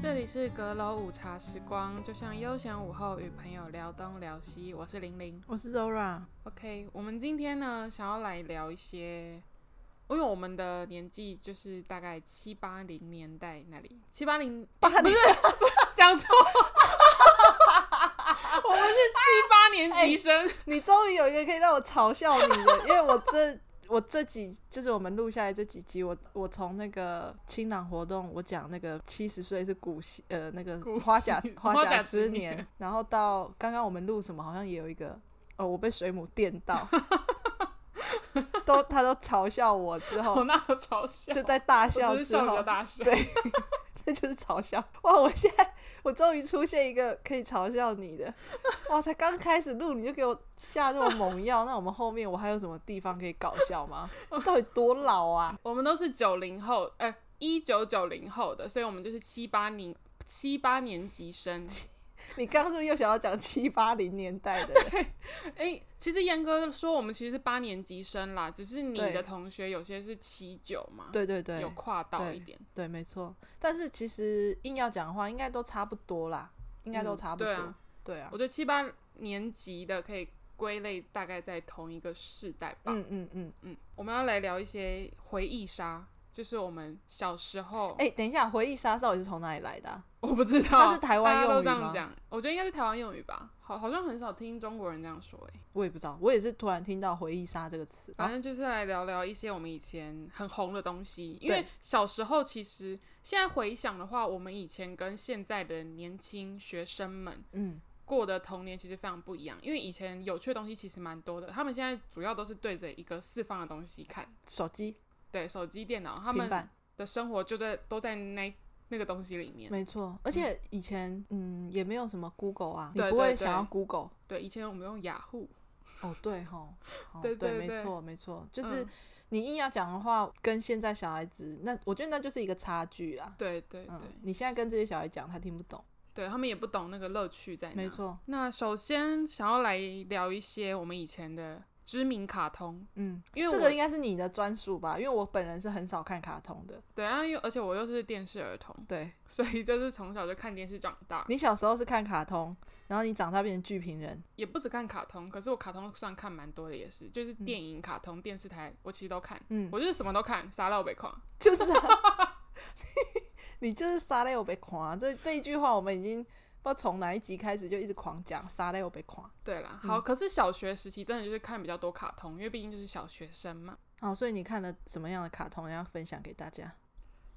这里是阁楼午茶时光，就像悠闲午后与朋友聊东聊西。我是玲玲。我是 Zora， OK，我们今天呢，想要来聊一些，因为我们的年纪就是大概七八零年代那里，七八零八不是 讲错，我们是哎七八年级生。 你终于有一个可以让我嘲笑你的，因为我这我这几就是我们录下来这几集，我我从那个清朗活动，我讲那个七十岁是古稀呃那个古稀花甲花花甲甲之之年年，然后到刚刚我们录什么，好像也有一个哦，我被水母电 到，都他都嘲笑我 之我后，那有嘲笑，就在大我笑只是之笑后得，大声。对，这就是嘲笑。哇，我现在我终于出现一个可以嘲笑你的。哇，才刚开始录你就给我下这么猛药，那我们后面我还有什么地方可以搞笑吗？到底多老啊？我们都是九零后，呃，一九九零后的，所以我们就是七八年七八年级生。你刚刚是不是又想要讲七八零年代的人？哎、其实严格说，我们其实是八年级生啦，只是你对的同学有些是七九嘛，对对对有跨到对一点，对，没错。但是其实硬要讲的话，应该都差不多啦，应该都嗯差不多。对啊，对啊我，觉得七八年级的可以归类大概在同一个世代吧。嗯嗯嗯嗯。我们要来聊一些回忆杀，就是我们小时候，哎、等一下，回忆杀到底是从哪里来的啊、我不知道，它是台湾大家用都语这样吗讲，我觉得应该是台湾用语吧，好，好像很少听中国人这样说、哎。我也不知道，我也是突然听到“回忆杀”这个词。反正就是来聊聊一些我们以前很红的东西，因为小时候其实现在回想的话，我们以前跟现在的年轻学生们嗯，过的童年其实非常不一样，因为以前有趣的东西其实蛮多的，他们现在主要都是对着一个四方的东西看，手机、对，手机、电脑，他平板们。的生活就在都在那那个东西里面。没错，而且以前嗯也没有什么 Google 啊，你对不对会想要对 Google。对，以前我们用雅虎，哦，对吼，哦对对没对错没错，就是嗯你硬要讲的话，跟现在小孩子，那我觉得那就是一个差距啦。对对对，嗯，你现在跟这些小孩讲，他听不懂。对他们也不懂那个乐趣在哪。没错，那首先想要来聊一些我们以前的知名卡通，嗯，因为这我个应该是你的专属吧，因为我本人是很少看卡通的。对啊，因为而且我又是电视儿童，对所以就是从小就看电视长大，你小时候是看卡通，然后你长大变成剧评人，也不止看卡通，可是我卡通算看蛮多的，也是就是电影、卡通、电视台，我其实都看，嗯，我就是什么都看，傻到北狂。就是、啊、你就是撒泪我被狂，这这一句话我们已经不知道从哪一集开始就一直狂讲撒泪我被狂。对啦，嗯好，可是小学时期真的就是看比较多卡通，因为毕竟就是小学生嘛。好，所以你看了什么样的卡通，要分享给大家？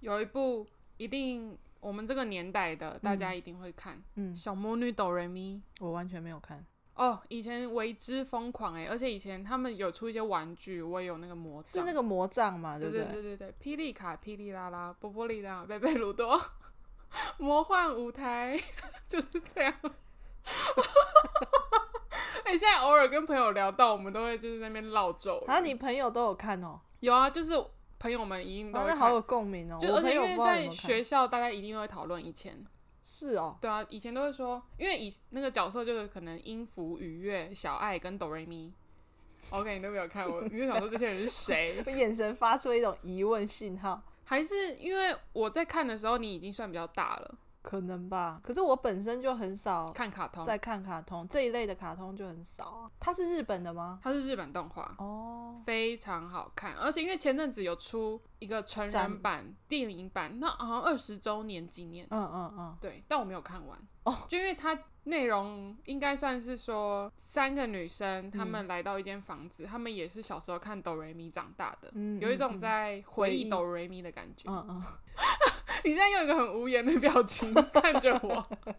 有一部一定我们这个年代的大家一定会看，嗯小魔女哆瑞咪》。我完全没有看，哦，以前为之疯狂哎、而且以前他们有出一些玩具，我也有那个魔是杖，那个魔杖嘛，对不对对对对，霹雳卡、霹雳拉拉、波波利拉、贝贝鲁多、 魔幻舞台，就是这样。 哎、现在偶尔跟朋友聊到，我们都会就是在那边唠咒语。然后你朋友都有看哦，有啊，就是朋友们一定都哇会啊那看，好有共鸣哦。就我而朋且因友不为知道有没在有学看，校，大家一定会讨论以前是哦，对啊，以前都会说，因为以那个角色就是可能音符、愉悦、小爱跟哆瑞咪。OK，你都没有看我，你就想说这些人是谁？我眼神发出一种疑问信号，还是因为我在看的时候，你已经算比较大了，可能吧。可是我本身就很少看卡通。哦在看卡通这一类的卡通就很少啊。它是日本的吗？它是日本动画，哦，非常好看，而且因为前阵子有出一个成人展版电影版，那好像二十周年纪念，嗯嗯嗯，对，但我没有看完哦，就因为它内容应该算是说三个女嗯生她们来到一间房子，她们也是小时候看哆瑞咪长大的，嗯有一嗯种嗯在回回忆忆哆瑞咪的感觉。嗯嗯，你现在用一个很无言的表情 看着我。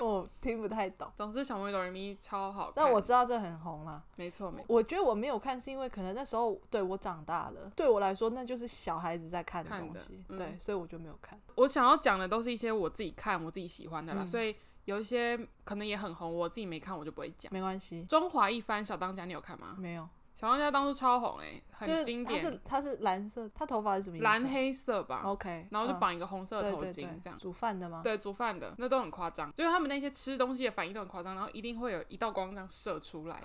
我听不太懂。总之，小魔女哆瑞咪超好看。但我知道这很红啦。没错没错，我觉得我没有看，是因为可能那时候对我长大了，对我来说那就是小孩子在看的看东的西，嗯对，所以我就没有看。我想要讲的都是一些我自己看、我自己喜欢的啦，嗯所以有一些可能也很红，我自己没看我就不会讲。没关系，中华一番小当家，你有看吗？没有，小当家当初超红诶、就很是经他典，是他是蓝色，他头发是什么颜色？蓝黑色吧。 ，OK，然后就嗯绑一个红色的头对对嗯巾，对这样。煮饭的吗？对，煮饭的那都很夸张，就是他们那些吃东西的反应都很夸张，然后一定会有一道光这样射出来。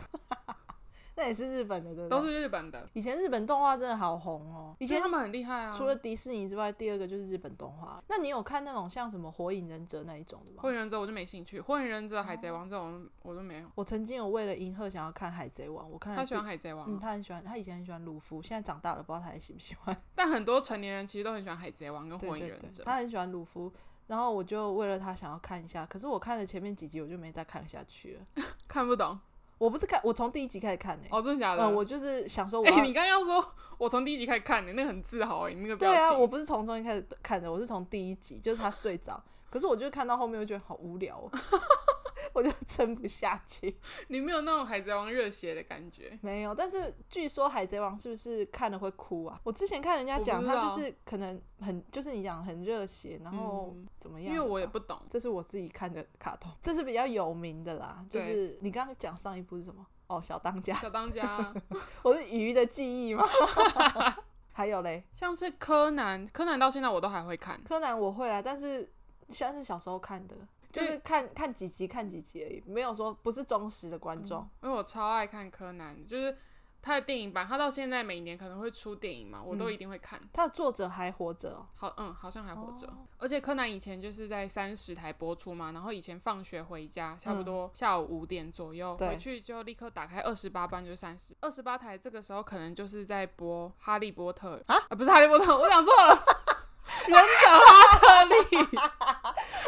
那也是日本的，对不对？都是日本的，以前日本动画真的好红哦，以以前他们很厉害啊。除了迪士尼之外，第二个就是日本动画。那你有看那种像什么《火影忍者》那一种的吗火？影忍者我就没兴趣，火影忍者、海贼王这种我都没有。我曾经有为了迎合想要看《海贼王》，我看了他喜欢第。海贼王嗯，啊，他很喜欢，他以前很喜欢鲁夫，现在长大了不知道他还喜不喜 欢。但很多成年人其实都很喜欢海贼王跟火影对对忍对，者。他很喜欢鲁夫，然后我就为了他想要看一下，可是我看了前面几集我就没再看下去了。看不懂我不是看，我从第一集开始看的、哦，真的假的？嗯，我就是 想说我哎、要你刚刚说我从第一集开始看的，那个很自豪哎、你那个表对情。啊，我不是从中间开始看的，我是从第一集，就是他最早。 可是我就看到后面，我觉得好无聊、哦， 我就撑不下去。你没有那种海贼王热血的感觉。没有，但是据说《海贼王》是不是看了会哭啊？我之前看人家我不讲，知他道就是可能很，就是你讲很热血，然后嗯怎么样啊因的吧？为我也不懂， 这是我自己看的卡通，这是比较有名的啦。就对是你刚刚讲上一部是什么？哦，小当家， 小当家我是鱼的 记忆吗？还有嘞，像是柯南，柯南到现在我都还会看，柯南我会啊，但是像是小时候看的，就对是看看几集看几集而已，没有说不是忠实的观众。因为我超爱看柯南，就是他的电影版，他到现在每年可能会出电影嘛，我都嗯一定会看。他的作者还活着 哦，好，嗯，好像还活着。哦而且柯南以前就是在三十台播出嘛，然后以前放学回家，差不嗯多下午五点左右、对回去就立刻打开二十八班，就是三十二十八台，这个时候可能就是在播《哈利波特》啊，不是《哈利波特》，我讲错了，《 忍者哈特利》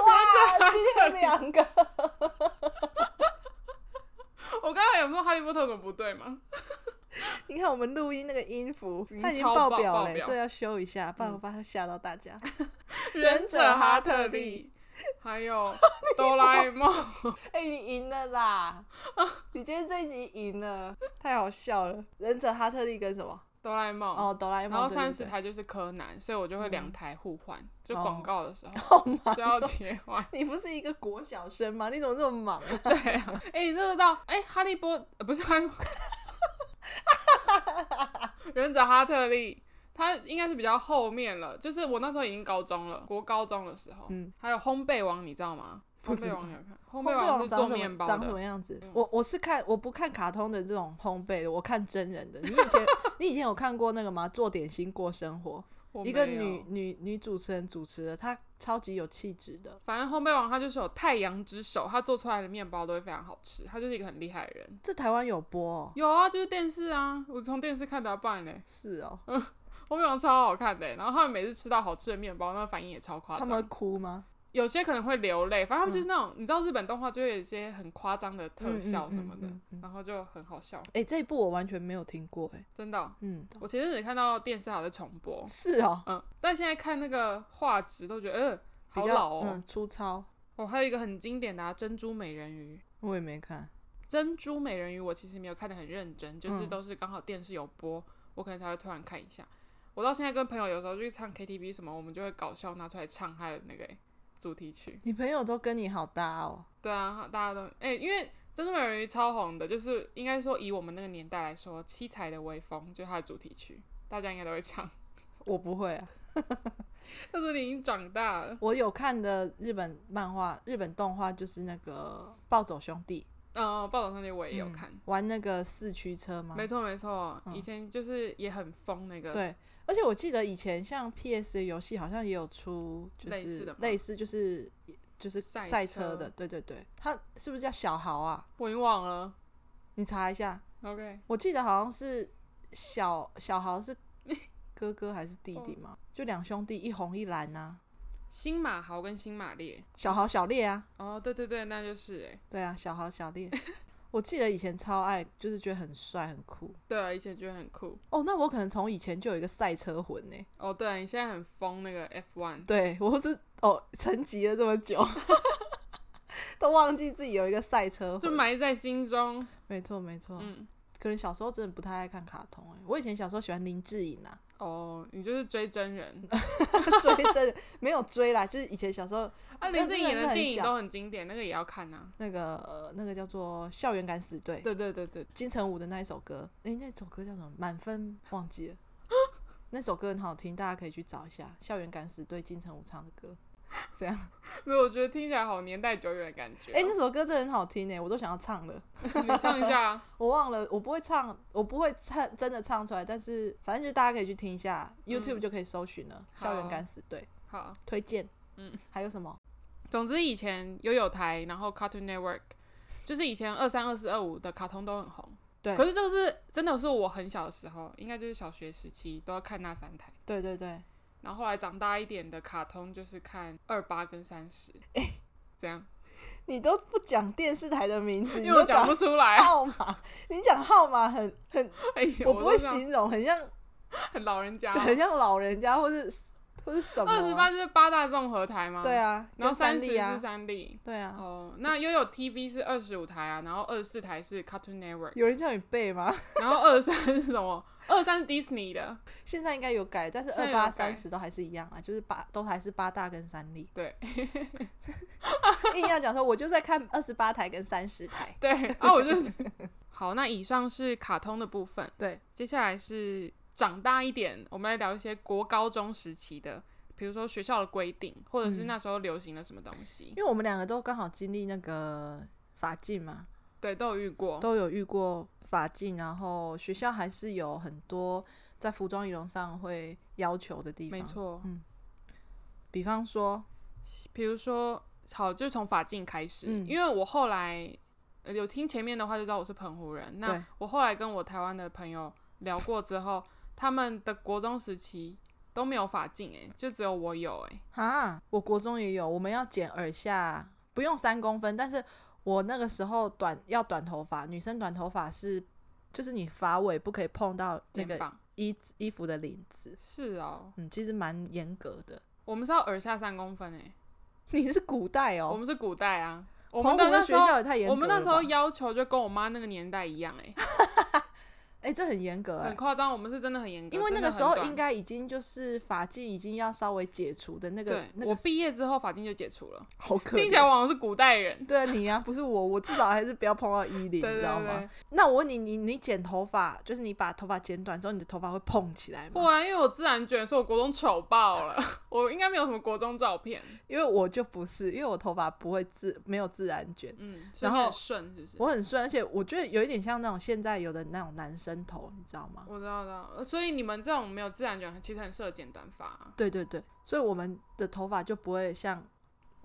哇，今天有两个，我刚才有说《哈利波特》可能不对嘛？你看我们录音那个音符已，经它已经超爆爆表嗯爆嘞，表这要修一下，不然我怕它吓到大家。忍者哈特利，还有哆啦 A 梦， 哎、你赢了 啦！你今天这一集赢了，太好笑了。忍者哈特利跟什么？哆啦 A 梦。哦，哆啦 A 梦。然后对三十，对台就是柯南，所以我就会两台互换，就哦广告的时对候 好忙就。要切换。你不是一个国小生吗？你怎么这么忙 啊？对啊，哎、你这个到哎、哈利波、呃、不是哈利波， 忍者哈特利，他应该是比较后面了，就是我那时候已经高中了，国高中的时候，嗯，还有烘焙王，你知道吗？不烘知焙道王有看，烘烘焙王是长做什面么包长什的，么样子？我我是看我不看卡通的这种烘焙的，我看真人的。你以 前你以前有看过那个吗？做点心过生活，我一个没有女，女女主持人主持的，她超级有气质的。反正烘焙王他就是有太阳之手，他做出来的面包都会非常好吃，他就是一个很厉害的人。这台湾有播、哦？有啊，就是电视啊，我从电视看到半嘞，是哦，烘焙王超好看的、欸然后他们每次吃到好吃的面包，那反应也超夸他张。们会哭吗？有些可能会流泪，反正他们就是那种，你知道日本动画就会有一些很夸张的特效什么的，嗯嗯嗯嗯嗯嗯然后就很好笑，哎、这一部我完全没有听过、哎，真的哦、嗯，我前阵子看到电视好像在重播，是哦，嗯，但现在看那个画质都觉得，呃，比好较老哦。嗯，粗糙，哦，还有一个很经典的、啊《珍珠美人鱼》，我也没看。 《珍珠美人鱼》我其实没有看得很认真，就是嗯都是刚好电视有播，我可能才会突然看一下。我到现在跟朋友有时候去唱 KTV 什么，我们就会搞笑拿出来唱他的那个欸主题曲。你朋友都跟你好搭哦，对啊，大家都哎、因为《珍珠美人鱼》超红的，就是应该说以我们那个年代来说，《七彩的微风》就是它的主题曲，大家应该都会唱。我不会啊。但是你已经长大了，我有看的日本漫画、日本动画就是那个《暴走兄弟嗯、暴走兄弟我也有看，》，玩那个四驱车吗？没错没错，嗯以前就是也很疯那个，对，而且我记得以前像 PS 的游戏好像也有出，就是类似的吗类似就是就是赛赛车的，对对对，它是不是叫小豪啊？我已经忘了。你查一下， OK，我记得好像是小小豪是哥哥还是弟弟嘛？就两兄弟，一红一蓝呐、新马豪跟新马烈，小豪小烈啊，哦，对对对，那就是哎、对啊，小豪小 烈。我记得以前超爱，就是觉得很帅很酷。对啊，以前觉得很酷。哦，那我可能从以前就有一个赛车魂呢、哦，对、啊，你现在很疯那个 F1，对我是哦，沉寂了这么 久，都忘记自己有一个赛车就魂。埋在心中。没错没错，嗯，可能小时候真的不太爱看卡通哎、我以前小时候喜欢林志颖 啊，哦，你就是追真 人。追真的没有追啦，就是以前小时候啊，那林志真的颖是的很电影小都很经典，那个也要看啊呐、那个、呃那个叫做《校园敢死队》，对对对对，金城武的那一首歌，诶，那首歌叫什么？满分忘 记了。那首歌很好听，大家可以去找一下《校园敢死队》金城武唱的歌。没有，我觉得听起来好年代久远的感觉哦。哎、那首歌真的很好听哎，我都想要唱了。 你唱一下啊，我忘了，我不会唱，我不会唱，真的唱出来。但是反正就是大家可以去听一下，YouTube 就可以搜寻了。嗯好校园敢死队好。推荐，嗯，还有什么？总之以前悠悠台，然后 Cartoon Network，就是以前二三、二四、二五的卡通都很红。对可是这个是真的是我很小的时候，应该就是小学时期都要看那三台。对对对，然后后来长大一点的卡通就是看二八跟三十、这样，你都不讲电视台的名字，因你为都我讲不出来。号码，你讲号码很很， 哎呦，我不会都这样形容，很像 很老人家哦、很像老人家或是或是什么啊。二十八就是八大综合台吗？对。啊，然后跟三三十立是啊，三立。对啊，哦，那悠悠 TV 是二十五台啊，然后二十四台是 Cartoon Network，有人叫你背吗？ 然后二三是什么？二三是 Disney 的，现在应该有改，但是现在二有八改三十都还是一样啊，就是八都还是八大跟三立。对 硬要讲说，我就在看二十八台跟三 十台。对。啊，我就是 好。那以上是卡通的部分，对，接下来是长大一点，我们来聊一些国高中时期的，比如说学校的规定，或者是嗯那时候流行的什么东西，因为我们两个都刚好经历那个法禁嘛，对，都有遇过。都有遇过法禁，然后学校还是有很多在服装仪容上会要求的地方。没，错，比方说，比如说，好，就从法禁开始，嗯因为我后来呃有听前面的话，就知道我是澎湖人。那对我后来跟我台湾的朋友聊过之后，他们的国中时期都没有法禁、欸，就只有我有、欸，哈，我国中也有，我们要剪耳下，不用三公分，但是我那个时候短要短头发，女生短头发是就是你发尾不可以碰到那肩个膀衣衣服的领子，是哦，嗯，其实蛮严格的。我们是要耳下三公分、欸，你是古代我哦，们是古代啊，我澎们湖的的那学时候。校也太严我格了吧。们那时候要求就跟我妈那个年代一样、欸，哎、这很严格哎、很夸张。我们是真的很严格，因为那真个的时候很短应该已经就是法纪已经要稍微解除的那个对，，那我个毕业之后法禁就解除了，好可听起来怜。我好像是古代人，对啊，你呀、不是我，我至少还是不要碰到衣领，你对对知道吗对？？那我问你，你你剪头发，就是你把头发剪短之后，你的头发会蓬起来不吗？然，因为我自然卷，所以我国中丑爆了。 我应该没有什么国中照片，因为我就不是，因为我头发不会自没有自然卷，嗯，然所以你很后顺是不是？我很顺，而且我觉得有一点像那种现在有的那种男生头，你知道吗？我知道，知道。呃所以你们这种没有自然卷，其实很适合剪短发啊、对对对，所以我们的头发就不会像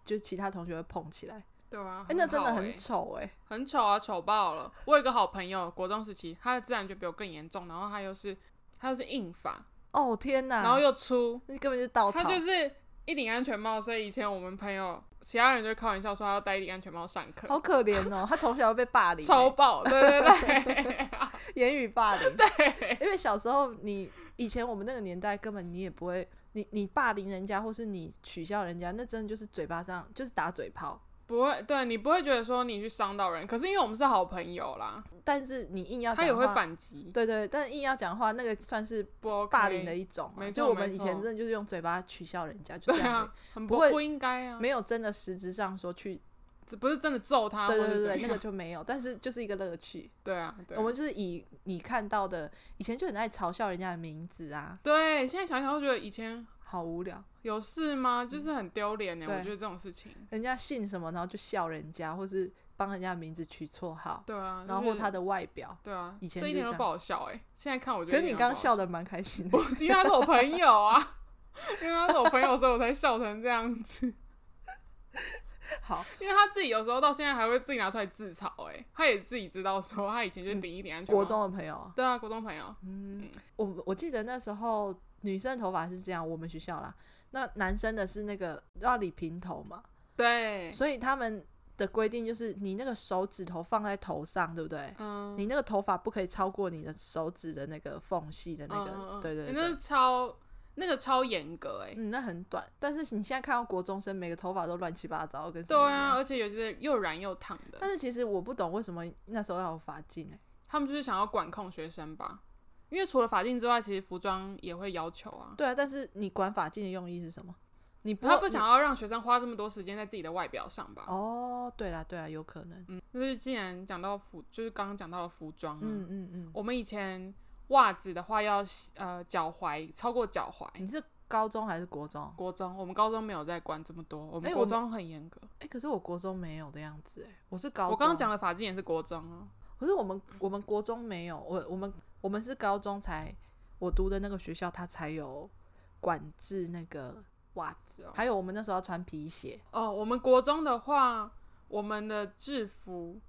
就其他同学会蓬起来，对啊，哎、那真的好很欸丑哎、很丑啊，丑爆了。我有一个好朋友，国中时期，他的自然卷比我更严重，然后他又是他又是硬发，哦天哪！然后又粗，那根本就是稻草。他就是一顶安全帽，所以以前我们朋友其他人就会开玩笑说他要戴一顶安全帽上课，好可怜哦，他从小被霸凌欸，超爆，对对 对，言语 霸凌。对，因为小时候你以前我们那个年代根本你也不会，你你霸凌人家或是你取笑人家，那真的就是嘴巴上就是打嘴炮。不会，对你不会觉得说你去伤到人，可是因为我们是好朋友啦，但是你硬要他讲也会话，反击，对对，但硬要讲话，那个算是不 OK, 霸凌的一种嘛、没就错我没们以前错真的就是用嘴巴取笑人家，就对这样而啊已、，很不不会不应该啊，没有真的实质上说去，只不是真的揍他，对啊或对者怎对么对，那样个就没有，但是就是一个乐趣。对啊，对我们就是以你看到的，以前就很爱嘲笑人家的名字啊，对，现在想想都觉得以前好无聊。有事吗？就是很丢脸呢，欸我对觉得这种事情，人家姓什么，然后就笑人家，或是帮人家名字取绰号，对啊，然后就或是他的外表。对啊，以前这一就点都是这不样好笑哎，现在看我觉可得是一你点都刚不好笑的蛮开心的不， 是因为他是我朋友啊，因为他是我朋友，所以我才笑成这样子。好，因为他自己有时候到现在还会自己拿出来自嘲、哎，他也自己知道说他以前就是顶一顶安全帽嗯国中的朋友，对啊，国中朋友，嗯，我我记得那时候女生的头发是这样，我们学校啦，那男生的是那个要理平头嘛，对，所以他们的规定就是你那个手指头放在头上，对不对？嗯，你那个头发不可以超过你的手指的那个缝隙的那个，嗯嗯嗯对对欸对，那是超那个超严格哎、嗯，那很短。但是你现在看到国中生，每个头发都乱七八糟，跟什对么一样啊，而且有些又染又烫的，但是其实我不懂为什么那时候要有法禁哎、他们就是想要管控学生吧。因为除了法禁之外，其实服装也会要求啊。对啊，但是你管法禁的用意是什么？你不他不想要让学生花这么多时间在自己的外表上吧？哦，对啦对啦，有可能。嗯就是既然讲到服，就是刚刚讲到了服装、啊，嗯嗯嗯，我们以前袜子的话要呃脚踝超过脚踝，你是高中还是国中？国中，我们高中没有在管这么多，我们哎国我们中很严格。哎、可是我国中没有的样子哎、我是高中。我刚刚讲，的法禁也是国中啊，可是我们我们国中没有，我我们我们是高中才，我读的那个学校它才有管制那个袜子，哦还有我们那时候要穿皮鞋。哦，我们国中的话，我们的制服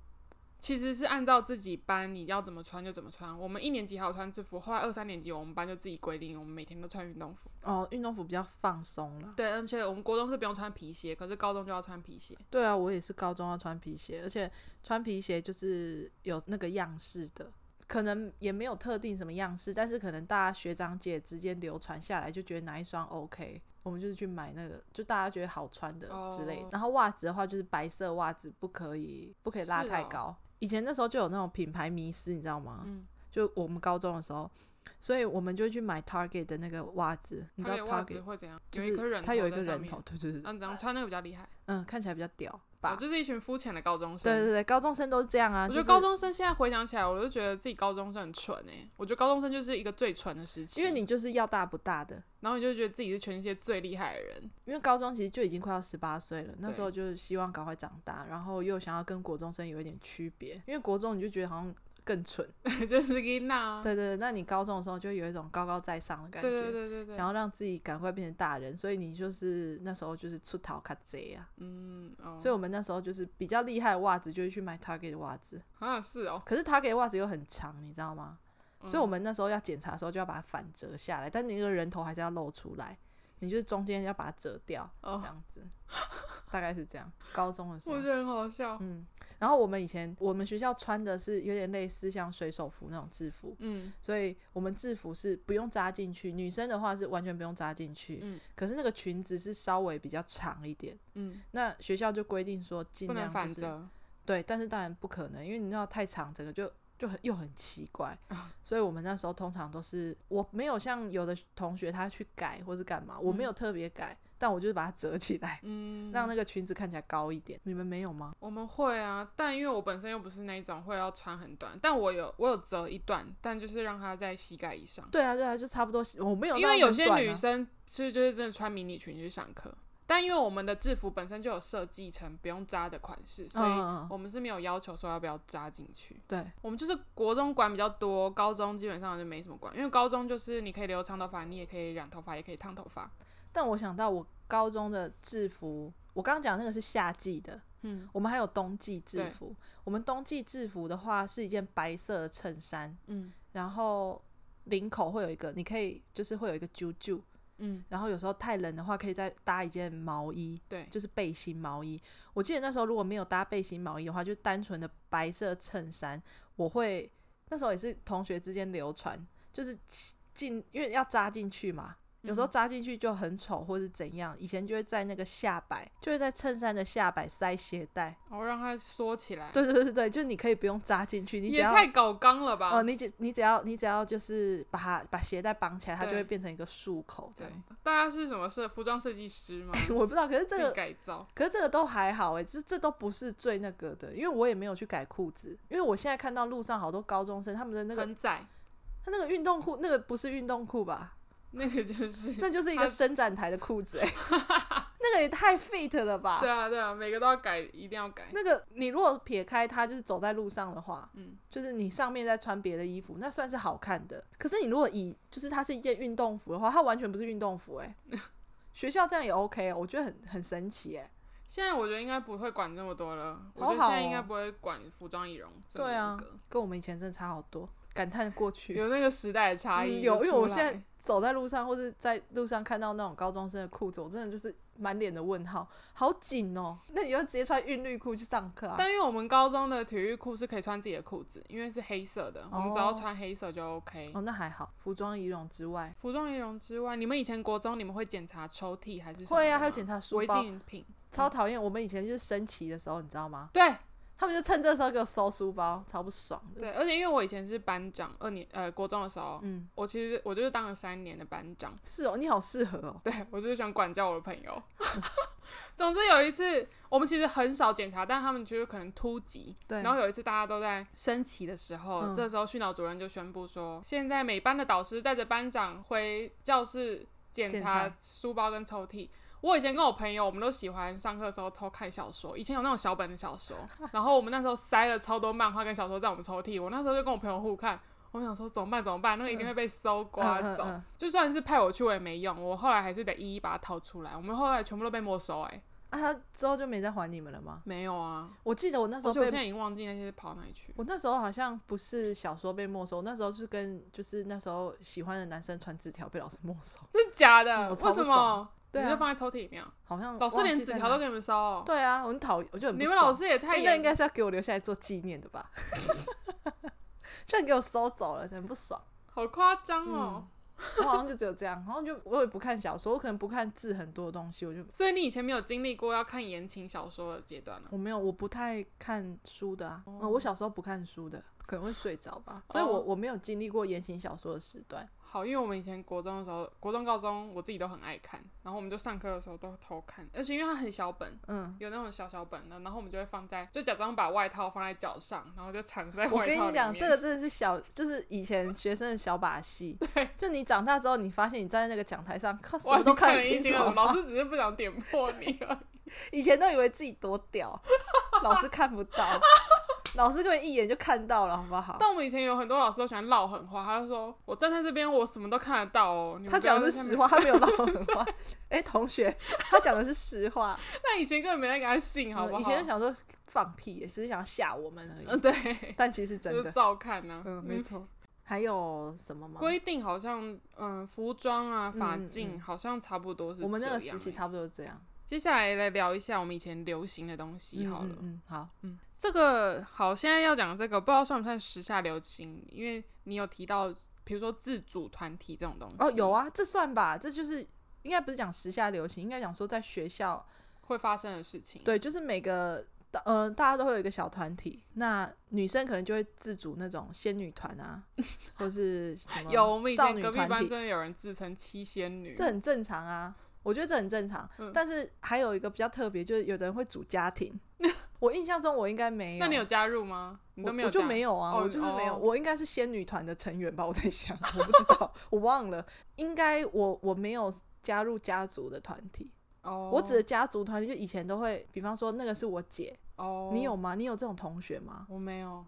其实是按照自己班你要怎么穿就怎么穿。我们一年级还有穿制服，后来二三年级我们班就自己规定，我们每天都穿运动服。哦，运动服比较放松了。对，而且我们国中是不用穿皮鞋，可是高中就要穿皮鞋。对啊，我也是高中要穿皮鞋，而且穿皮鞋就是有那个样式的，可能也没有特定什么样式，但是可能大家学长姐之间流传下来就觉得哪一双 OK，我们就是去买那个，就大家觉得好穿的之类的。哦然后袜子的话，就是白色袜子不可以不可以拉是太哦高。以前那时候就有那种品牌迷思，你知道吗？嗯，就我们高中的时候，所以我们就去买 Target 的那个袜子，你知它道的袜子 Target 会怎样？就有一颗是人，它有一个人头，，对对对，那你这样穿那个比较厉害。嗯，看起来比较屌吧我。就是一群肤浅的高中生。对对对，高中生都是这样啊。我觉就得是高，中生现在回想起来，我就觉得自己高中生很蠢哎、我觉得高中生就是一个最蠢的时期，因为，你就是要大不大的，然后你就觉得自己是全世界最厉害的人。 因为高中其实就已经快要十八岁了，那时候就是希望赶快长大，然后又想要跟国中生有一点区别，因为国中你就觉得好像更蠢。就是伊娜。对对对，那你高中的时候就有一种高高在上的感觉，啊对对对对对，想要让自己赶快变成大人，所以你就是那时候就是出逃卡贼啊。嗯哦，所以我们那时候就是比较厉害的袜子，就会去买 Target 的袜子。啊是哦，可是 Target 的袜子又很长，你知道吗？嗯所以我们那时候要检查的时候就要把它反折下来，但你那个人头还是要露出来，你就是中间要把它折掉，这哦，样子，大概是这样。高中的时候我觉，得很好笑。嗯，然后我们以前我们学校穿的是有点类似像水手服那种制服，嗯，所以我们制服是不用扎进去，女生的话是完全不用扎进去，嗯，可是那个裙子是稍微比较长一点，嗯，那学校就规定说尽不量、能就是、反折。对，但是当然不可能，因为你知道太长，整个就就很又很奇怪。嗯所以我们那时候通常都是，我没有像有的同学他去改或是干嘛，我没有特别改，但我就是把它折起来，嗯，让那个裙子看起来高一点。你们没有吗？我们会啊，但因为我本身又不是那一种会要穿很短，但我有我有折一段，但就是让它在膝盖以上。对啊，对啊，就差不多。我没有到因为很有些短啊女生是就是真的穿迷你裙去上课，但因为我们的制服本身就有设计成不用扎的款式，所嗯以嗯嗯我们是没有要求说要不要扎进去。对，我们就是国中管比较多，高中基本上就没什么管，因为高中就是你可以留长头发，你也可以染头发，也可以烫头发。但我想到我高中的制服，我刚刚讲那个是夏季的，嗯我们还有冬季制对服。我们冬季制服的话是一件白色的衬衫，嗯然后领口会有一个，你可以就是会有一个揪揪，嗯，然后有时候太冷的话，可以再搭一件毛衣，对，就是背心毛衣。我记得那时候如果没有搭背心毛衣的话，就单纯的白色衬衫，我会那时候也是同学之间流传，就是进因为要扎进去嘛。有嗯时候扎进去就很丑，或是怎样。以前就会在那个下摆，就会在衬衫的下摆塞鞋带。我让它缩起来。，对对对对对，就你可以不用扎进去，你只也要太搞刚了吧？哦，你只你只要你只要就是把它把鞋带绑起来，它就对会变成一个束口这对样。，哎大家是什么设服装设计师吗？我不知道，可是 自这个己改造。可是这个都还好哎、欸，这这都不是最那个的，因为我也没有去改裤子，因为我现在看到路上好多高中生他们的那个很窄，他那个运动裤，那个不是运动 裤吧？那个就是。那就是一个他伸展台的裤子 哎、欸，那个也太 fit 了吧？对啊，对啊，每个都要改，一定要改。那个你如果撇开它，就是走在路上的话，嗯，就是你上面在穿别的衣服，那算是好看的。可是你如果以就是它是一件运动服的话，它完全不是运动 服哎、学校这样也 OK，、哦，我觉得很很神奇哎、现在我觉得应该不会管这么多了，我好觉得现好在应哦该不会管服装仪容这么对严啊格，跟我们以前真的差好多，感叹过去。有那个时代的差异嗯就有，出来、因为我现在走在路上或是在路上看到那种高中生的裤子，我真的就是满脸的问号，好紧哦。那你要直接穿韵律裤去上课啊？但因为我们高中的体育裤是可以穿自己的裤子，因为是黑色的，我们只要哦穿黑色就 OK。哦，那还好，服装仪容之外，服装仪容之外，你们以前国中你们会检查抽屉还是什么的吗？会啊，还有检查书违包，禁品。超讨厌。我们以前就是升旗的时候，你知道吗？对他们就趁这时候给我搜书包，超不爽的。对，而且因为我以前是班长，二年呃国中的时候，嗯，我其实我就是当了三年的班长，是哦，你好适合哦。对我就是想管教我的朋友。 总之有一次，我们其实很少检查，但他们就是可能突击。对然后有一次大家都在升旗的时候，嗯这时候训导主任就宣布说，现在每班的导师带着班长回教室检检查查书包跟抽屉。我以前跟我朋友，我们都喜欢上课的时候偷看小说。以前有那种小本的小 说，然后我们那时候塞了超多漫画跟小说在我们抽屉。我那时候就跟我朋友互看，我想说怎么办怎么办，那个一定会被搜刮嗯嗯走。嗯就算是派我去，我也没用。我后来还是得一一把它掏出来。我们后来全部都被没收、哎，啊，他之后就没再还你们了吗？没有啊。我记得我那而时候且我被现在已经忘记那些是跑哪里去。我那时候好像不是小说被没收，那时候是跟就是那时候喜欢的男生传纸条被老师没收，真的假的？嗯我超为不什爽么？对啊你就放在抽屉里面啊。好像老师忘连记纸在条哪都给你们收哦、对啊，我很讨厌，我就很不你们老爽师也太因为那严应该是要给我留下来做纪念的吧？ 居然给我收走了，很不爽。好夸张嗯哦！我好像就只有这样，好像就我也不看小说，我可能不看字很多的东西，我就所以你以前没有经历过要看言情小说的阶段啊？我没有，我不太看书的啊。嗯，我小时候不看书的，可能会睡着吧，所以我哦我没有经历过言情小说的时段。好，因为我们以前国中的时候，国中、高中我自己都很爱看，然后我们就上课的时候都偷看，而且因为它很小本，嗯，有那种小小本的，然后我们就会放在，就假装把外套放在脚上，然后就藏在外套我跟你讲，里面这个真的是小，就是以前学生的小把戏。就你长大之后，你发现你站在那个讲台上，靠，什我么都看得得一清清楚二楚，好吗。老师只是不想点破你 而已。以前都以为自己多屌， 老师看不到， 老师根本一眼就看到了，好不好？但我们以前有很多老师都喜欢唠狠话，他就说我站在这边，我什么都看得到哦。你们他不要讲的在是下实面话，。他 没有闹狠话。哎、同学，他讲的是实话。但以前根本没人给他信，好不好？嗯以前就想说放屁，只是想要吓我们而已。嗯，对，但其实是就 真是 的，照看呢、嗯，没错。还有什么吗？规定好像，嗯，服装啊、嗯发嗯镜嗯好像差不多是我们那这个样时期欸差不多这样。接下来来聊一下我们以前流行的东西好了。嗯，嗯嗯好。这个好，现在要讲这个，不知道算不算时下流行？因为你有提到，比如说自主团体这种东西，哦，有啊，这算吧，这就是应该不是讲时下流行，应该讲说在学校，会发生的事情。，对，就是每个呃大家都会有一个小团体，那女生可能就会自主那种仙女团 啊，或是什么有我们以少前女隔壁团班体，真的有人自称七仙女这，很正常啊，我觉得这很正常。嗯但是还有一个比较特别，就是有的人会组 家庭，我印象中我应该没有，那你有加入吗？你都我没有我就加没有啊，哦我就是没有，哦我应该是仙女团的成员吧？我在想，我不知道，我忘了，应该我我没有加入家族的团体，哦，我指的家族团体就以前都会，比方说那个是我姐，哦，你有？吗？你有这种同学吗？我没有。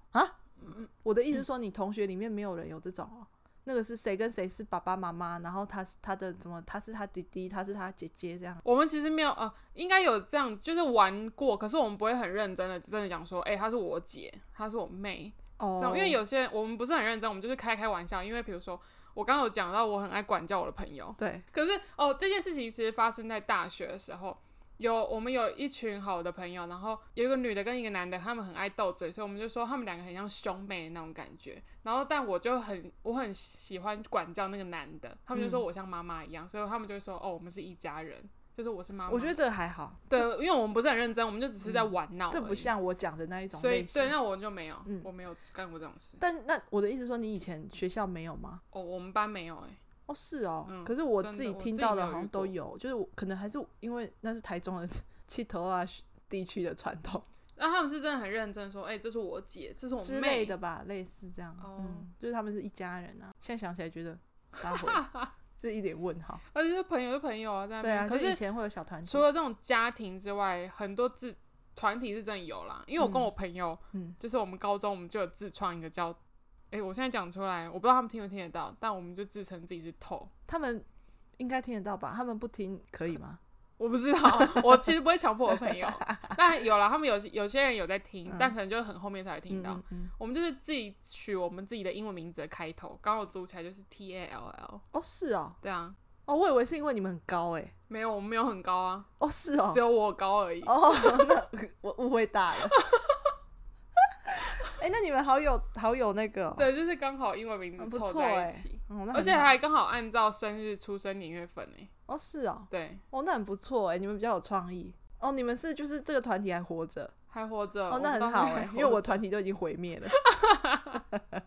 我的意思嗯是说，你同学里面没有人有这种哦。那个是谁跟谁是爸爸妈妈，然后他是他的怎么，他是他弟弟，他是他姐姐这样。我们其实没有，呃，应该有这样，就是玩过，可是我们不会很认真的，真的讲说，哎、她是我姐，她是我妹，哦这种，因为有些我们不是很认真，我们就是开开玩笑，因为比如说我刚刚有讲到，我很爱管教我的朋友，对，可是哦，这件事情其实发生在大学的时候。有我们有一群好的朋友，然后有一个女的跟一个男的，他们很爱斗嘴，所以我们就说他们两个很像兄妹的那种感觉。然后但我就很我很喜欢管教那个男的，他们就说哦我像妈妈一样，所以他们就会说哦，我们是一家人，就是我是妈妈。我觉得这个还好，对，因为我们不是很认真，我们就只是在玩闹、这不，像我讲的那一种所以类对，型。那我就没有，嗯我没有干过这种事。但那我的意思是说，你以前学校没有吗？哦，我们班没有哎、哦，是哦，嗯可是我真的自己我听自己到没的有好像遇都过有，就是我可能还是因为那是台中的 气头啊地区的传统那、他们是真的很认真说，哎、这是我姐，这是我妹之类的吧，类似这样，哦嗯，就是他们是一家人啊。现在想起 来觉得撒回，就是一脸问号。而且是朋友就朋友啊，在那对边。啊，可就是以前会有小团体除，了这种家庭之外，很多自团体是真的有啦。因为我跟嗯我朋友，嗯，就是我们高中我们就有自创一个叫，哎、我现在讲出来，我不知道他们听不听得到，但我们就自称自己是透。他们应该听得到吧？他们不听可以吗？我不知道，哦我其实不会强迫我朋 友，但有啦，他们有有些人有在听，嗯但可能就很后面才会听到。嗯，嗯嗯我们就是自己取我们自己的英文名字的开头，刚好组起来就是 T A L L，哦，是哦，这样哦，我以为是因为你们很高哎，没有，我们没有很高啊，哦，是哦只，有我高而已。哦，那我误会大了。 哎、那你们好有好有那个、哦，对，就是刚好英文名嗯字不凑错在欸一起，哦，那而且很好还刚好按照生日、出生年月份诶、哦是哦，对，哦那很不错哎，你们比较有创意哦，你们是就是这个团体还活着还活着。哦，我们那很刚好好哎还，活因为我着团体都已经毁 灭了，嗯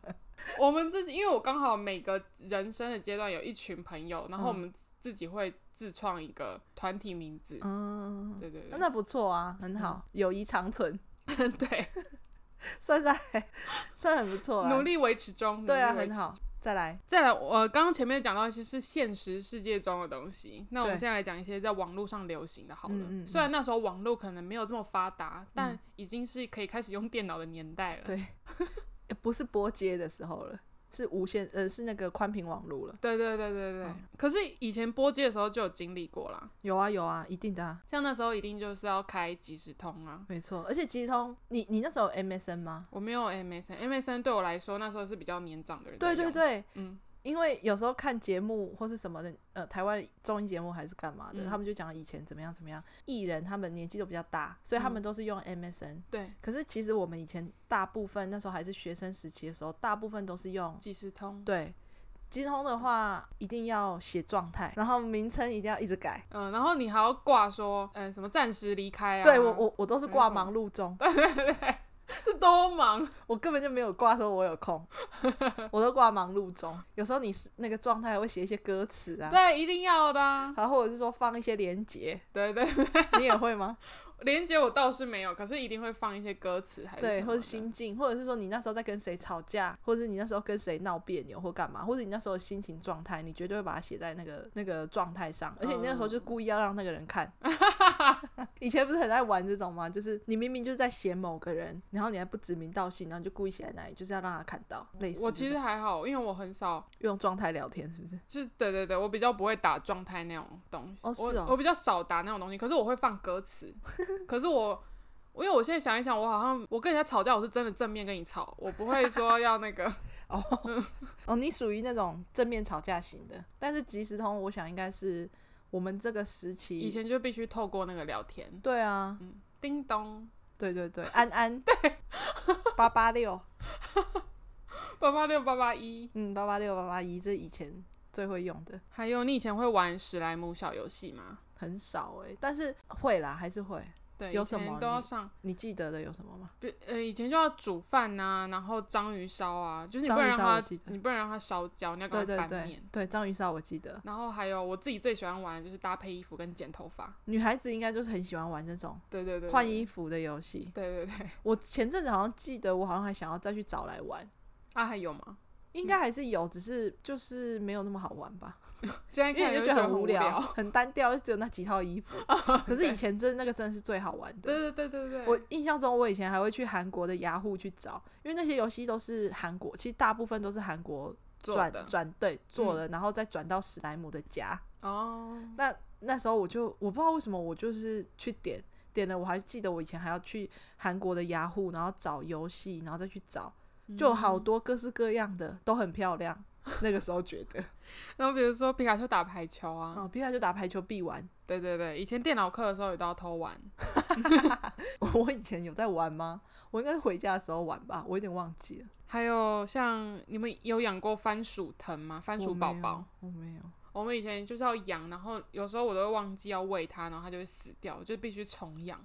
我们自己，因为我刚好每个人生的阶段有一群朋友，然后我嗯们自己会自创一个团体名字。嗯，对对那对，那不错啊，很好，友谊长存，对， 算是还算很不错啊，努力维持中，对啊，努力维很持好。再来，再来，我呃刚刚前面讲到一些是现实世界中的东西，那我们对现在来讲一些在网络上流行的好了。嗯嗯嗯嗯虽然那时候网络可能没有这么发达，但已经是可以开始用电脑的年代了。对呃不是拨接的时候了，是无线呃是那个宽频网路了。对对对对对嗯可是以前拨接的时候就有经历过啦，有啊有啊，一定的啊，像那时候一定就是要开即时通啊。没错。而且即时通，你你那时候有 MSN 吗？我没有 MSN，MSN 对我来说那时候是比较年长的人。对对，对，嗯，因为有时候看节目或是什么的，呃，台湾综艺节目还是干嘛的，嗯他们就讲以前怎么样怎么样，艺人他们年纪都比较大，所以他嗯们都是用 MSN、对，可是其实我们以前大部分那时候还是学生时期的时候，大部分都是用即时通。对。精通的话，一定要写状态，然后名称一定要一直改。嗯、然后你还要挂说，嗯、什么暂时离开啊？对我，我我都是没挂什么忙 碌中，是多忙。我根本就没有挂说我有 空，我都挂忙碌中。有时候你是那个状态还会写一些歌词啊，对，一定要的、啊。然后或者是说放一些连结，对对 你也会吗？连接我倒是没有，可是一定会放一些歌词还是对，什么或者的心境，或者是说你那时候在跟谁吵架，或者是你那时候跟谁闹别扭或干嘛，或者你那时候的心情状态，你绝对会把它写在那个那个状态上，而且你那时候就嗯故意要让那个人 看。以前不是很爱玩这种吗？就是你明明就是在写某个人，然后你还不指名道姓，然后你就故意写在那里，就是要让他看到。类似我这其实种还好，因为我很少，用状态聊天，是不是？就是对对对，我比较不会打状态那种东西。哦是哦我我比较少打那种东西，可是我会放歌 词。可是我，因为我现在想一想，我好像我跟人家吵架，我是真的正面跟你吵，我不会说要那 个。哦哦，你属于那种正面吵架型的，但是即时通，我想应该是我们这个时期以前就嗯必须透过那个聊天。对啊，叮咚，对对对，安安对，八八六，八八六八八一。嗯，八八六八八一，这以前最会用的，还有，你以前会玩史莱姆小游戏吗？很少哎、但是会啦，还是会。对，有以前什么都要你上你记得的有什么吗？比呃，以前就要煮饭呐、然后章鱼烧啊，就是你章不能鱼让烧我它记，得你不能让它烧焦，你要对给对它翻对面。对，章鱼烧我记得，然后还有我自己最喜欢玩的就是搭配衣服跟剪头发，女孩子应该就是很喜欢玩这种对对对，换对衣服的游戏。对对对，我前阵子好像记得，我好像还想要再去找来玩，啊还有吗？嗯应该还是有，只是就是没有那么好玩吧，现在因为看你就就觉觉得得很无哦无聊，很单调，就只有那几套衣服。可是以前真的那个真的是最好玩的对。对对对对，我印象中，我以前还会去韩国的雅虎去找，因为那些游戏都是韩国，其实大部分都是韩国做转的嗯转对做的，然后再转到史莱姆的家。哦，那那时候我就我不知道为什么，我就是去点点了，我还记得我以前还要去韩国的雅虎，然后找游戏，然后再去找，就有好嗯。多各式各样的，都很漂亮。那个时候觉 得，然后比如说皮卡丘打排球啊，哦，皮卡丘打排球必玩。 对对对，以前电脑课的时候也都要偷玩，我以前有在玩吗？我应该是回家的时候玩吧，我有点忘记了。还有像你们有养过番薯藤吗？番薯我宝没有宝。，我没有。我们以前就是要养，然后有时候我都会忘记要喂它，然后它就会死掉，就必须重养。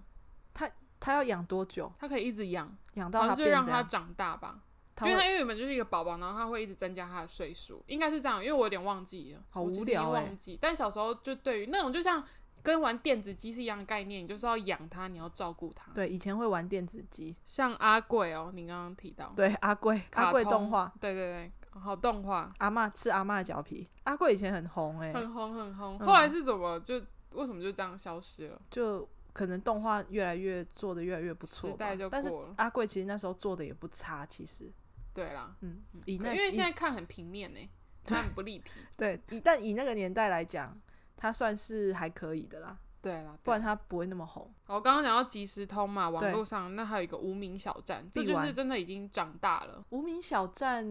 他要养多久？它可以一直养，养到然它后就变这让样，它长大吧。它因为它会因为原本就是一个宝宝，然后它会一直增加它的岁数，应该是这样。因为我有点忘记了，好我其实无聊已经欸忘记。但小时候就对于那种就像跟玩电子鸡是一样的概念，你就是要养它，你要照顾它。对以前会玩电子机，像阿贵哦，你刚刚提到对阿贵阿卡贵通动画，，对对对，好动画，阿嬷吃阿嬷的脚皮，阿贵以前很红哎、很红很红。嗯后来是怎么就为什么就这样消失了？就可能动画越来越做的越来越不时错吧代就，但是过了。阿贵其实那时候做的也不差，其实对啦，嗯，以可那因为以现在看很平面呢、它很不立 体。对以但以那个年代来讲，它算是还可以的啦，对啦，不然对它不会那么红。我刚刚讲到即时通嘛，网对络上那还有一个无名小站，这必就是玩真的已经长大了。无名小站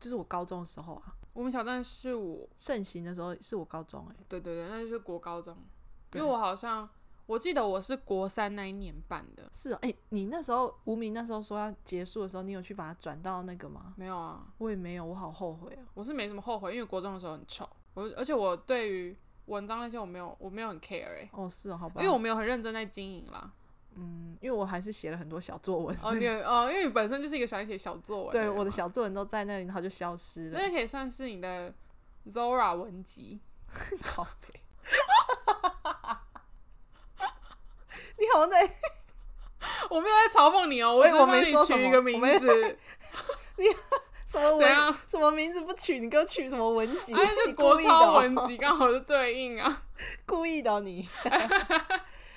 就是我高中的时候啊，无名小站是我，盛行的时候是我高中哎、对对对，那就是国高中，因对为我好像我记得我是国三那一年办的，是哦，哎、你那时候无名那时候说要结束的时候，你有去把它转到那个吗？没有啊，我也没有，我好后悔哦。我是没什么后悔，因为国中的时候很丑，我而且我对于文章那些我没有我没有很 care 哎、哦，是哦，好吧。因为我没有很认真在经营 啦。嗯，因为我还是写了很多小作文。哦，所以你哦，因为你本身就是一个喜欢写小作文，对我的的人嘛，小作文都在那里，然后就消失了。那可以算是你的 Zora 文 集。好悲。你好像在， 我没有在嘲讽你哦，我只是我帮没你说什取一么个我名没字，是什么怎文样什么名字不取，你给我取什么文集？哎，就 你国故意的哦超文集刚好是对应啊。 故意的 哦你。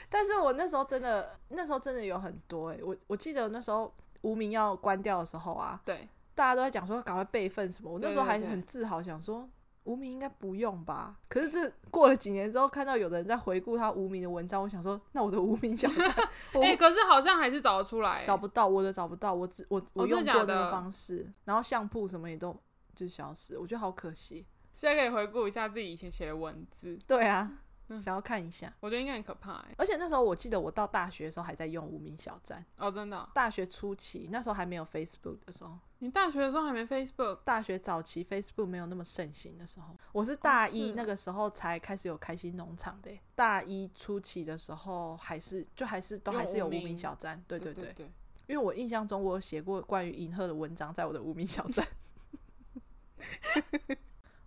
但是我那时候真的，那时候真的有很多哎、我我记得那时候无名要关掉的时候啊，对，大家都在讲说赶快备份什么，我那时候对对还对很自豪，想说无名应该不用吧。可是这过了几年之后，看到有的人在回顾他无名的文章，我想说，那我的无名小站， 我哎、可是好像还是找得出来、找不到，我的找不到，我只我我哎哦真用的过假那的个方式，然后相扑什么也都就消失，我觉得好可惜。现在可以回顾一下自己以前写的文字，对啊， 嗯想要看一下。我觉得应该很可怕哎、而且那时候我记得我到大学的时候还在用无名小站，哦，真的哦、大学初期那时候还没有 Facebook 的时候，你大学的时候还没 Facebook，大学早期 Facebook 没有那么盛行的时候，我是大是一哦那个时候才开始有开心农场的耶。欸大一初期的时候还是就还是都还是有无用无名名小站，对对对，对，因为我印象中我有写过关于银赫的文章，在我的无名小站。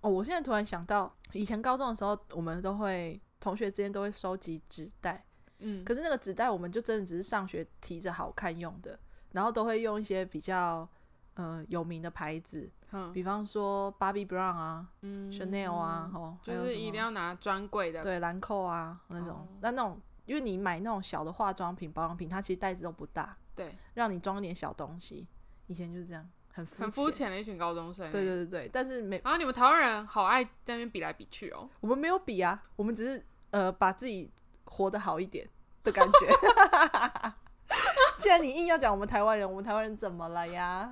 哦，我现在突然想到，以前高中的时候，我们都会同学之间都会收集纸袋，嗯，可是那个纸袋我们就真的只是上学提着好看用的，然后都会用一些比较呃有名的牌子，嗯比方说 Bobbi Brown 啊、嗯 Chanel 啊，，哦，就还有是什一么定要拿专柜的，对兰蔻啊那种哦，那、那种因为你买那种小的化妆品、保养品，它其实袋子都不大，对，让你装点小东西。以前就是这样，很肤很肤。浅的一群高中生，欸对。对对对，但是没然后你们台湾人好爱在那边比来比去哦，我们没有比啊，我们只是呃把自己活得好一点的感觉。既然你硬要讲我们台湾人，我们台湾人怎么了呀？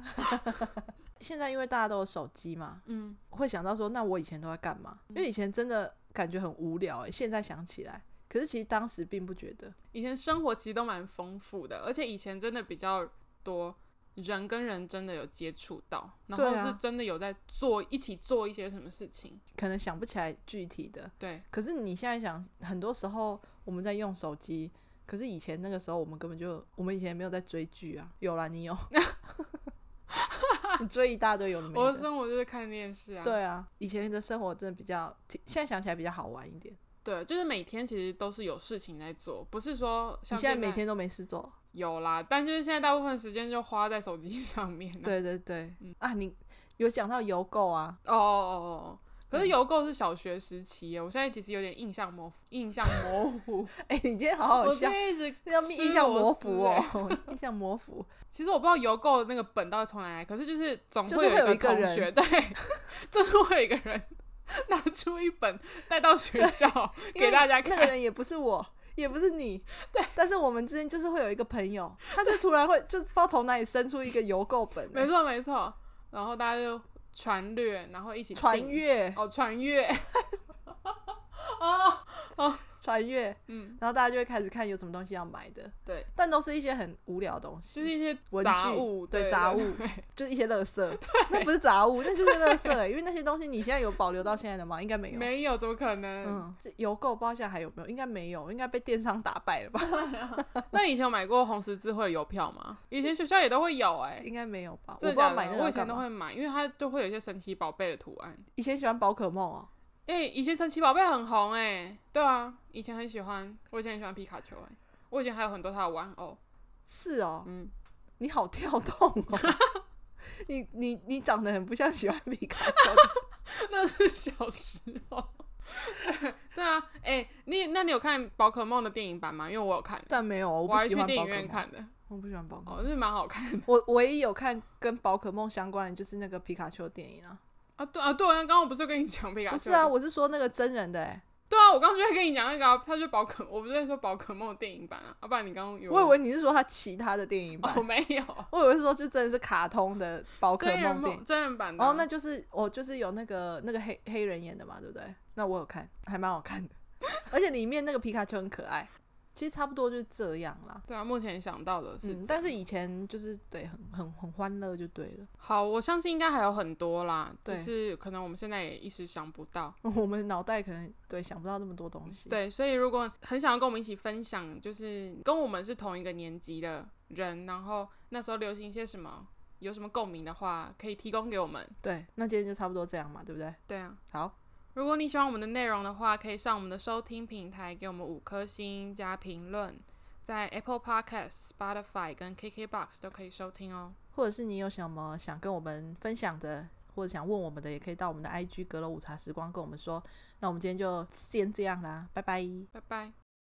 现在因为大家都有手机嘛，嗯，会想到说，那我以前都在干嘛？因为以前真的感觉很无聊哎、现在想起来，可是其实当时并不觉得。以前生活其实都蛮丰富的，而且以前真的比较多人跟人真的有接触到，然对后啊是真的有在做一起做一些什么事情，可能想不起来具体的，对，可是你现在想，很多时候我们在用手机，可是以前那个时候我们根本就，我们以前也没有在追剧啊。有啦，你 有，你追一大堆有的没我的的。生活就是看电视啊，对啊，以前的生活真的比较，现在想起来比较好玩一点。对，就是每天其实都是有事情在做，不是说你像现在现每天都没事做，有啦，但就是现在大部分时间就花在手机 上面、啊。，对对对，啊，你有讲到邮购啊，哦哦哦哦。可是邮购是小学时期耶，我现在其实有点印象模糊，印象模糊。 哎、你今天好好我笑现，在一直要吃印象螺模丝糊耶。哦， 印象模糊。其实我不知道邮购的那个本到底从哪来，可是就是总就是会有有一个同人学，对， 就是会有一个人拿出一本带到学 校因为给大家那个看。人也不是我，也不是你，对。但是我们之间就是会有一个朋友，他就突然会就是不知道从哪里生出一个邮购本没欸，错没错，然后大家就传略，然后一起传订阅哦，穿 越，传阅，嗯，然后大家就会开始看有什么东西要买的，对，但都是一些很无聊的东就西，是一些文杂具物，对对杂对物就是一些垃圾，那不是杂物，那就是垃圾欸，因为那些东西你现在有保留到现在的吗？应该没有。没有，怎么可能？嗯，这邮购不知道现在还有没有，应该没有，应该被电商打败了吧？那你以前有买过红十字会的邮票吗？以前学校也都会有哎，应该没有吧？我真不的知道假买那的？个我要以前干都嘛。会买，因为它就会有一些神奇宝贝的图案。以前喜欢宝可梦哦，哎，以前神奇宝贝很红哎，对啊，以前很喜欢，我以前很喜欢皮卡丘哎，我以前还有很多它的玩 偶，是哦，嗯，你好跳动哦！ 你你你长得很不像喜欢皮卡 丘的，那是小时候。 对啊，哎、你那你有看宝可梦的电影版吗？因为我有看，但没有哦，我我不还喜去欢电宝影可梦院，看的，我不喜欢宝可梦。哦，是蛮好看的。我唯一有看跟宝可梦相关的就是那个皮卡丘的电影啊，啊，对啊，对啊，刚刚我不是跟你讲皮卡丘？不是啊，，我是说那个真人的哎、对啊，我刚刚就在跟你讲那个、啊，他就宝可，我不是在说宝可梦的电影版啊，要、不然你刚刚有我以为你是说他其他的电影版，哦没有我以为是说就真的是卡通的宝可真人梦电梦影。真人版的啊、哦，那就是我、哦就是有那个那个黑黑人演的嘛，对不对？那我有看，还蛮好看的， 而且里面那个皮卡丘很可爱。其实差不多就是这样啦。对啊，目前想到的是这样、嗯，但是以前就是对，很很很欢乐就对了。 好，我相信应该还有很多啦，只对是可能我们现在也一时想不到。我们脑袋可能对想不到那么多东西。，对，所以如果很想要跟我们一起分享，就是跟我们是同一个年级的人，然后那时候流行一些什么，有什么共鸣的话，可以提供给我们。对，那今天就差不多这样嘛，对不对？对啊，好，如果你喜欢我们的内容的话，可以上我们的收听平台给我们五颗星加评论，在 Apple Podcast、Spotify 跟 KKBox 都可以收听哦。或者是你有什么想跟我们分享的，或者想问我们的，也可以到我们的 IG 阁楼午茶时光跟我们说。那我们今天就先这样啦，拜拜。拜拜。